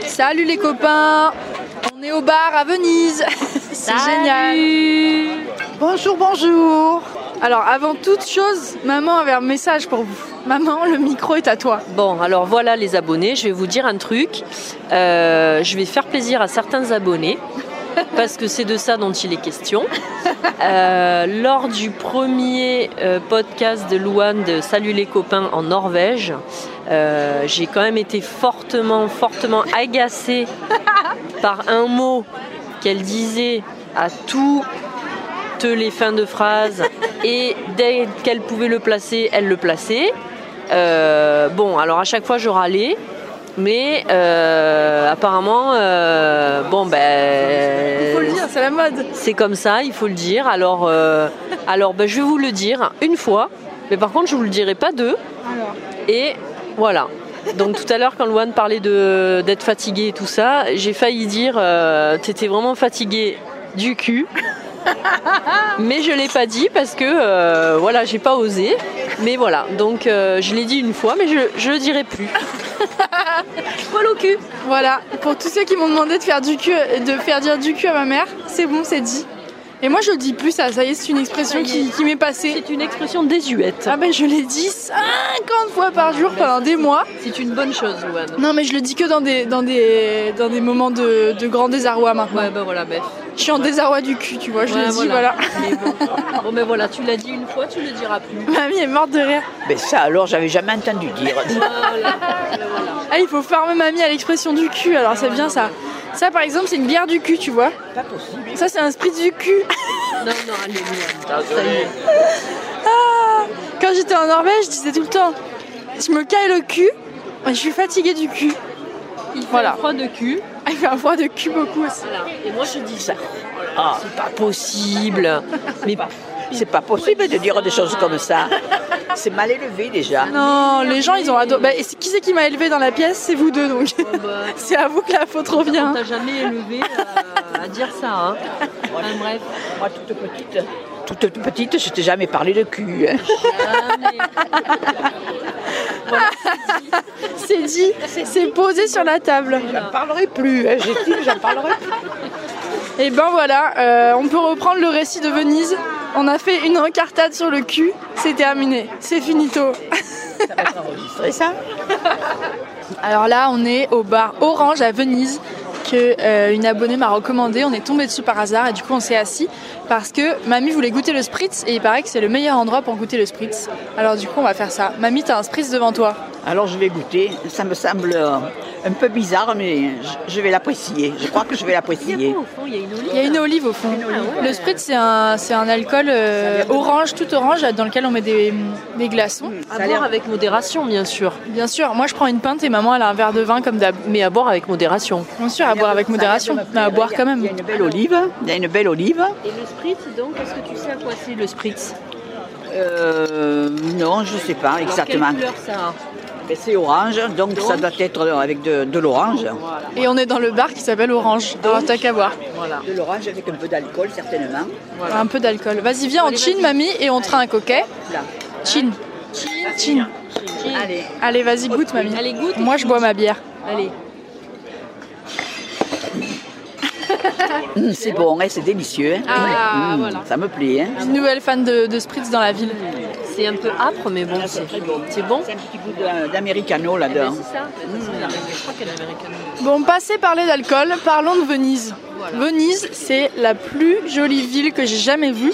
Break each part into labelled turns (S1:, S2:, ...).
S1: Salut les copains On est au bar à Venise C'est génial
S2: Salut.
S3: Bonjour, bonjour.
S1: Alors avant toute chose, maman avait un message pour vous. Maman, le micro est à toi.
S2: Bon, alors voilà les abonnés, je vais vous dire un truc. Euh, je vais faire plaisir à certains abonnés, parce que c'est de ça dont il est question. Euh, lors du premier euh, podcast de Louane de Salut les copains en Norvège, euh, j'ai quand même été fortement, fortement agacée par un mot qu'elle disait à toutes les fins de phrase et dès qu'elle pouvait le placer, elle le plaçait. Euh, bon, alors à chaque fois je râlais, mais euh, apparemment, euh, bon ben,
S1: Il faut le dire, c'est la mode.
S2: c'est comme ça, il faut le dire. Alors, euh, alors ben, je vais vous le dire une fois, mais par contre, je vous le dirai pas deux. Et voilà. Donc tout à l'heure, quand Luan parlait de d'être fatigué et tout ça, j'ai failli dire euh, t'étais vraiment fatigué du cul. Mais je l'ai pas dit parce que euh, voilà, j'ai pas osé. Mais voilà, donc euh, je l'ai dit une fois, mais je, je le dirai plus. Poil au cul.
S1: Voilà, pour tous ceux qui m'ont demandé de faire du cul, de faire dire du cul à ma mère, c'est bon, c'est dit. Et moi je le dis plus ça, ça y est, c'est une expression qui, qui m'est passée.
S2: C'est une expression désuète.
S1: Ah ben je l'ai dit 50 fois par jour pendant des mois.
S2: C'est une bonne chose, Luan.
S1: Non mais je le dis que dans des, dans des, dans des moments de, de grand désarroi maintenant.
S2: Ouais, ben voilà, ben.
S1: Je suis en désarroi du cul, tu vois, je
S2: Ouais,
S1: le dis, voilà.
S2: Mais bon. Bon, ben voilà, tu l'as dit une fois, tu le diras plus.
S1: Mamie est morte de rire.
S3: Mais Ben, ça, alors, j'avais jamais entendu dire.
S1: Ah, il faut former mamie à l'expression du cul, alors c'est bien ça. Ça, par exemple, c'est une bière du cul, tu vois.
S3: Pas possible.
S1: Ça, c'est un spritz du cul.
S2: Non, non, allez, Luan. Ça y est.
S1: Quand j'étais en Norvège, je disais tout le temps je me caille le cul, mais je suis fatiguée du cul.
S2: Il fait
S1: Voilà.
S2: un froid de cul.
S1: Ah, Il fait un froid de cul beaucoup aussi.
S2: Voilà. Et moi, je dis ça.
S3: Ah,
S2: C'est pas possible. Mais
S3: c'est pas possible de dire des choses comme ça. C'est mal élevé déjà.
S1: Non, les gens, ils ont adoré. Bah, et c'est- qui c'est qui m'a élevé dans la pièce C'est vous deux, donc.
S2: bah.
S1: c'est à vous que la faute revient.
S2: on
S1: hein.
S2: t'a jamais élevé à, à dire ça. Hein. Enfin, bref.
S3: Moi, toute petite, toute petite, je t'ai jamais parlé de cul. hein.
S2: Jamais.
S1: C'est dit, c'est posé sur la table.
S3: J'en parlerai plus. hein. J'ai dit que j'en parlerai plus.
S1: Et ben voilà, euh, on peut reprendre le récit de Venise. On a fait une encartade sur le cul, c'est terminé, c'est finito.
S3: Ça va être enregistré, ça.
S1: Alors là, on est au bar Orange à Venise que euh, une abonnée m'a recommandé. On est tombé dessus par hasard et du coup, on s'est assis parce que mamie voulait goûter le spritz et il paraît que c'est le meilleur endroit pour goûter le spritz. Alors du coup, on va faire ça. Mamie, t'as un spritz devant toi.
S3: Alors, je vais goûter. Ça me semble euh, un peu bizarre, mais je- je vais l'apprécier. Je crois que je
S2: Il y
S3: vais
S2: a
S3: l'apprécier.
S2: quoi au fond Il y a une olive.
S1: Il y a une olive au fond. Le spritz, c'est un, c'est un alcool euh, orange, tout orange, dans lequel on met des, des glaçons.
S2: À boire avec modération, bien sûr.
S1: Bien sûr, moi je prends une pinte et maman elle a un verre de vin comme d'hab.
S2: Mais à boire avec modération.
S1: Bien sûr, à boire avec modération, mais à boire quand
S3: Il
S1: même.
S3: y a une belle olive. Il y a une belle olive.
S2: Et le spritz, donc, est-ce que tu sais à quoi c'est le spritz
S3: Euh, non, je sais pas exactement.
S2: Quelle couleur ça a
S3: Mais C'est orange, donc ça doit être euh, avec de, de l'orange.
S1: Et on est dans le bar qui s'appelle Orange.
S2: Ah
S1: Alors t'as qu'à boire.
S2: Voilà.
S3: De l'orange avec un peu d'alcool, certainement.
S2: voilà.
S1: Un peu d'alcool. Vas-y, viens, on
S2: Allez,
S1: chin,
S2: vas-y.
S1: mamie, et on train un coquet.
S3: Là.
S1: Chin. Chin.
S3: Allez.
S1: Allez, vas-y, goûte, mamie.
S2: Allez, goûte.
S1: Moi, je bois ma bière.
S2: Allez.
S3: Mmh, c'est bon, hein, c'est délicieux. hein.
S1: Ah,
S3: Mmh,
S1: voilà.
S3: Ça me plaît. hein.
S1: Une nouvelle fan de, de Spritz dans la ville.
S2: C'est un peu âpre, mais bon, c'est c'est bon.
S3: C'est un petit goût de- d'américano
S2: Eh ben,
S3: là-dedans.
S2: c'est ça. De toute façon, la- Je crois qu'elle est américaine.
S1: Bon, passé parler d'alcool, parlons de Venise.
S2: Voilà.
S1: Venise, c'est la plus jolie ville que j'ai jamais vue.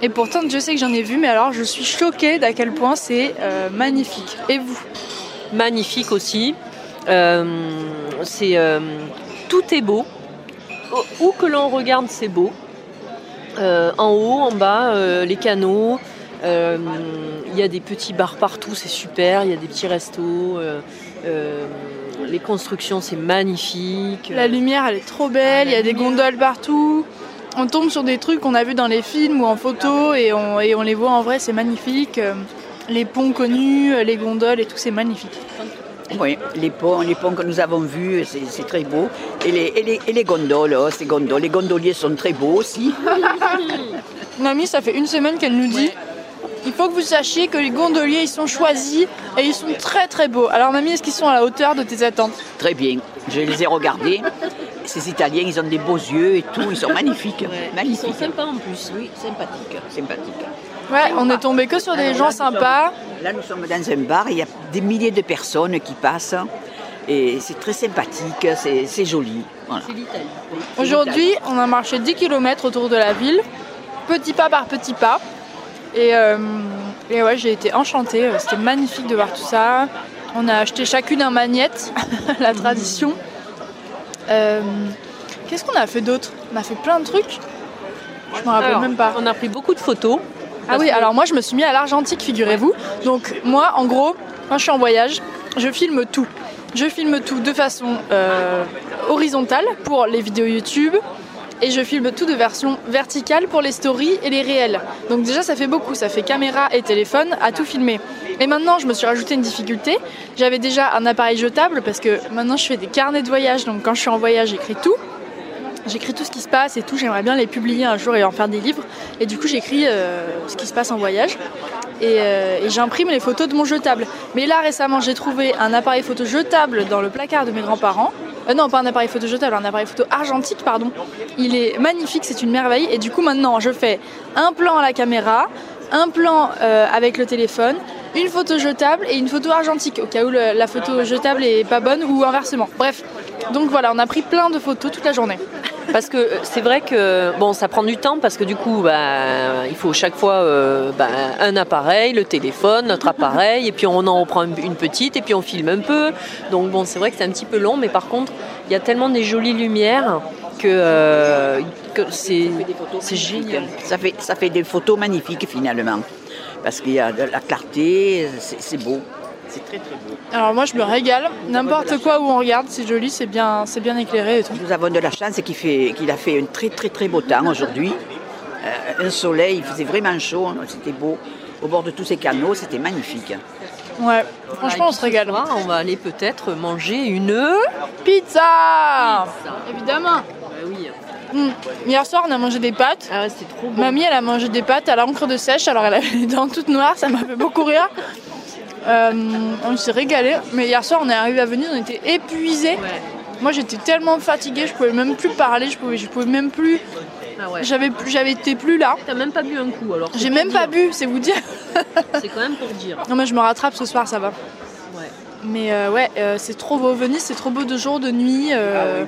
S1: Et pourtant, je sais que j'en ai vu, mais alors je suis choquée d'à quel point c'est euh, magnifique. Et vous
S2: magnifique aussi. Euh, c'est euh, tout est beau. O- Où que l'on regarde, c'est beau. Euh, en haut, en bas, euh, les canaux. Euh, Il y a des petits bars partout, c'est super. Il y a des petits restos. euh, euh, les constructions, c'est magnifique. Euh,
S1: La lumière, elle est trop belle, il y a des gondoles partout. On tombe sur des trucs qu'on a vus dans les films ou en photo et on, et on les voit en vrai, c'est magnifique. Euh, Les ponts connus, euh, les gondoles et tout, c'est magnifique.
S3: Oui, les ponts, les ponts que nous avons vus, c'est c'est très beau. Et les, et les- et les gondoles, oh, ces gondoles. Les gondoliers sont très beaux aussi.
S1: Nami, ça fait une semaine qu'elle nous dit il faut que vous sachiez que les gondoliers, ils sont choisis et ils sont très très beaux. Alors mamie, est-ce qu'ils sont à la hauteur de tes attentes
S3: Très bien, je les ai regardés. Ces Italiens, ils ont des beaux yeux et tout, ils sont magnifiques.
S2: Ils
S3: Magnifiques.
S2: sont sympas en plus.
S3: Oui, sympathiques, sympathiques.
S1: Ouais, on est tombé que sur des
S3: Alors
S1: gens
S3: là, nous
S1: sympas.
S3: sommes- là, nous sommes dans un bar, il y a des milliers de personnes qui passent. Et c'est très sympathique, c'est c'est joli. Voilà.
S2: C'est l'Italie.
S1: Aujourd'hui, on a marché 10 km autour de la ville, petit pas par petit pas. Et, euh, et ouais, j'ai été enchantée. euh, C'était magnifique de voir tout ça. On a acheté chacune un magnette, la tradition. Euh, Qu'est-ce qu'on a fait d'autre On a fait plein de trucs. Je m'en rappelle
S2: Alors,
S1: Ah, même pas.
S2: On a pris beaucoup de photos.
S1: Ah oui, alors moi je me suis mis à l'argentique, figurez-vous. Donc moi, en gros, quand je suis en voyage, je filme tout. Je filme tout de façon euh, horizontale pour les vidéos YouTube et je filme tout de version verticale pour les stories et les réels. Donc déjà ça fait beaucoup, ça fait caméra et téléphone à tout filmer. Et maintenant je me suis rajouté une difficulté. J'avais déjà un appareil jetable parce que maintenant je fais des carnets de voyage. Donc quand je suis en voyage, j'écris tout. J'écris tout ce qui se passe et tout, j'aimerais bien les publier un jour et en faire des livres. Et du coup, j'écris euh, ce qui se passe en voyage. Et, euh, et j'imprime les photos de mon jetable. Mais là, récemment, j'ai trouvé un appareil photo jetable dans le placard de mes grands-parents. Euh, non, pas un appareil photo jetable, un appareil photo argentique, pardon. Il est magnifique, c'est une merveille. Et du coup, maintenant, je fais un plan à la caméra, un plan euh, avec le téléphone, une photo jetable et une photo argentique, au cas où le- la photo jetable est pas bonne ou inversement. Bref, donc voilà, on a pris plein de photos toute la journée.
S2: Parce que euh, c'est vrai que bon, ça prend du temps parce que du coup, bah, il faut chaque fois euh, bah, un appareil, le téléphone, notre appareil, et puis on en reprend une une petite, et puis on filme un peu. Donc bon, c'est vrai que c'est un petit peu long, mais par contre, il y a tellement des jolies lumières que, euh, que c'est c'est génial.
S3: euh, Ça fait, ça fait des photos magnifiques finalement. Parce qu'il y a de la clarté, c'est c'est beau. C'est très très beau.
S1: Alors moi je me régale, n'importe quoi où on regarde, c'est joli, c'est bien, c'est bien éclairé et tout.
S3: Nous avons de la chance qu'il fait- qu'il a fait un très très très beau temps aujourd'hui. Euh, un soleil, il faisait vraiment chaud, hein, c'était beau. Au bord de tous ces canaux, c'était magnifique.
S1: Ouais, franchement on
S2: Et puis
S1: se
S2: ce
S1: régale.
S2: soir, On va aller peut-être manger une.
S1: Pizza Évidemment
S2: Bah oui.
S1: Mm. Hier soir on a mangé des pâtes.
S2: Ah, c'est trop bon.
S1: Mamie elle a mangé des pâtes à l'encre de sèche, alors elle avait les dents toutes noires, ça m'a fait beaucoup rire. Euh, on s'est régalé, mais hier soir on est arrivé à Venise, on était épuisés.
S2: Ouais.
S1: Moi j'étais tellement fatiguée, je pouvais même plus parler, je pouvais, je pouvais même plus,
S2: Ah ouais.
S1: j'avais plus, j'avais été plus là.
S2: T'as même pas bu un coup alors.
S1: J'ai même pas bu, c'est vous dire.
S2: C'est quand même pour dire.
S1: Non mais je me rattrape ce soir, ça va.
S2: Ouais.
S1: Mais euh, ouais, euh, c'est trop beau. Venise, c'est trop beau de jour, de nuit.
S2: Ah
S1: euh,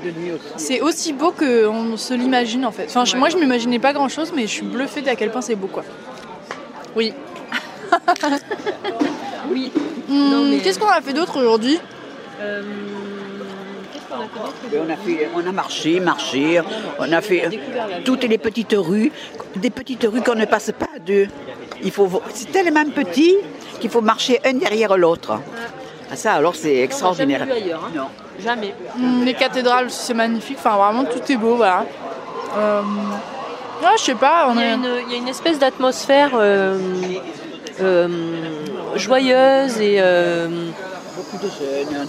S1: C'est aussi beau qu'on se l'imagine en fait. Enfin, je- moi je m'imaginais pas grand chose, mais je suis bluffée d'à quel point c'est beau quoi. Oui.
S2: Oui.
S1: Hmm,
S2: Non, mais-
S1: Qu'est-ce qu'on a fait d'autre aujourd'hui
S2: Euh, Qu'est-ce qu'on a fait d'autre
S3: Et ben, On a, fait- on a marché, marché, on a fait euh, toutes les petites rues, des petites rues qu'on ne passe pas à deux. Il faut, vo- c'est tellement petit qu'il faut marcher un derrière l'autre. Ah, ça alors c'est extraordinaire.
S2: jamais vu ailleurs, hein.
S3: Non.
S2: Jamais.
S1: Hmm, Les cathédrales, c'est magnifique. Enfin, vraiment tout est beau, voilà. Euh, Ouais, je sais pas. On
S2: Il y
S1: est-
S2: a une, il y a une espèce d'atmosphère euh, euh, joyeuse et. euh,
S3: Beaucoup de jeunes,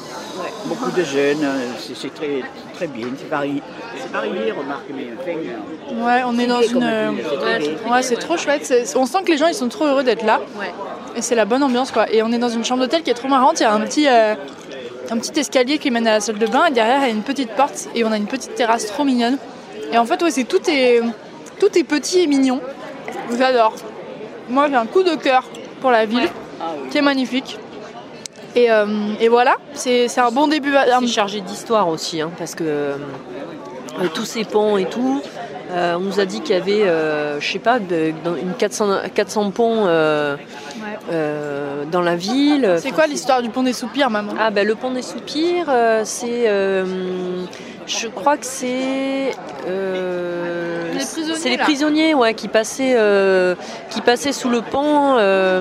S3: beaucoup de jeunes, euh, c'est, c'est très, très bien, c'est varié. C'est varié, remarque, mais enfin, euh,
S1: Ouais, on est dans
S3: comme
S1: une.
S3: on dit,
S1: euh,
S3: c'est très
S2: ouais,
S3: bien.
S1: Ouais, c'est trop chouette. c'est- On sent que les gens ils sont trop heureux d'être là.
S2: Ouais.
S1: Et c'est la bonne ambiance quoi. Et on est dans une chambre d'hôtel qui est trop marrante. Il y a un petit, euh, un petit escalier qui mène à la salle de bain et derrière il y a une petite porte et on a une petite terrasse trop mignonne. Et en fait ouais c'est tout est tout est petit et mignon. J'adore. Moi j'ai un coup de cœur pour la ville qui est magnifique. Et, euh, et voilà, c'est c'est un bon début. à-
S2: C'est chargé d'histoire aussi, hein, parce que euh, tous ces ponts et tout, euh, on nous a dit qu'il y avait, euh, je sais pas, de- dans une 400, 400 ponts euh, euh, dans la ville.
S1: C'est quoi l'histoire du pont des soupirs maman
S2: Ah ben le pont des soupirs, euh, c'est, euh, je crois que c'est, euh,
S1: Les prisonniers,
S2: c'est les
S1: là.
S2: prisonniers, ouais, qui passaient, euh, qui passaient sous le pont. euh,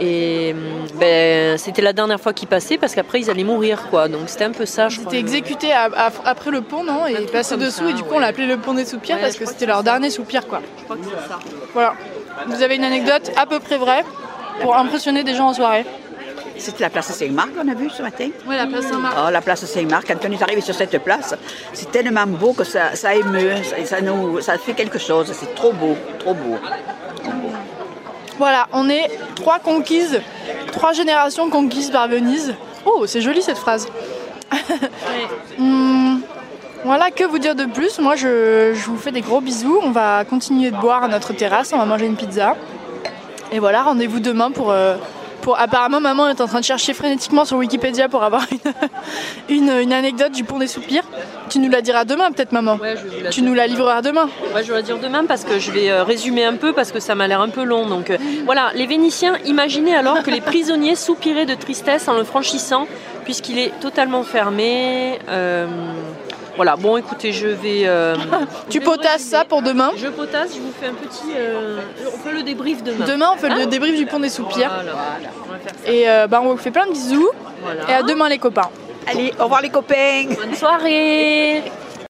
S2: et euh, ben, c'était la dernière fois qu'ils passaient parce qu'après ils allaient mourir quoi. Donc c'était un peu ça, je
S1: Ils
S2: crois.
S1: étaient
S2: le-
S1: exécutés à- à- après le pont, non Et
S2: Un
S1: ils
S2: truc
S1: passaient
S2: comme
S1: dessous,
S2: ça,
S1: et du coup,
S2: ouais.
S1: on l'appelait le pont des soupirs
S2: Ouais,
S1: parce
S2: je
S1: que
S2: crois que
S1: c'était
S2: c'est
S1: leur
S2: ça.
S1: dernier soupir, quoi.
S2: Je crois que c'est ça.
S1: Voilà. Vous avez une anecdote à peu près vraie pour impressionner des gens en soirée
S3: C'était la place Saint-Marc qu'on a vue ce matin.
S1: Oui, la place Saint-Marc.
S3: Oh, la place Saint-Marc, quand on est arrivé sur cette place, c'est tellement beau que ça, ça émeut, ça, ça nous, ça fait quelque chose, c'est trop beau, trop beau.
S1: Voilà, on est trois conquises, trois générations conquises par Venise. Oh, c'est joli cette phrase. Hum, voilà, que vous dire de plus Moi, je, je vous fais des gros bisous. On va continuer de boire à notre terrasse, on va manger une pizza. Et voilà, rendez-vous demain pour... euh, pour... Apparemment, maman est en train de chercher frénétiquement sur Wikipédia pour avoir une, une, une anecdote du pont des soupirs. Tu nous la diras demain, peut-être, maman
S2: Ouais, Ah, je vais vous la
S1: Tu nous la livreras demain.
S2: Ouais, je vais la dire demain parce que je vais euh, résumer un peu parce que ça m'a l'air un peu long. Donc euh, voilà, les Vénitiens imaginaient alors que les prisonniers soupiraient de tristesse en le franchissant puisqu'il est totalement fermé. Euh, voilà, bon écoutez, je vais. euh, je
S1: Tu
S2: vais
S1: potasses
S2: résumer.
S1: ça pour demain
S2: Je potasse, je vous fais un petit. euh, on fait le débrief demain.
S1: Demain, on fait
S2: Hein
S1: le débrief du pont des soupirs.
S2: Voilà, on va faire ça.
S1: Et euh, bah, on vous fait plein de bisous.
S2: Voilà.
S1: Et à demain, les copains.
S3: Allez, au revoir les copains
S2: Bonne soirée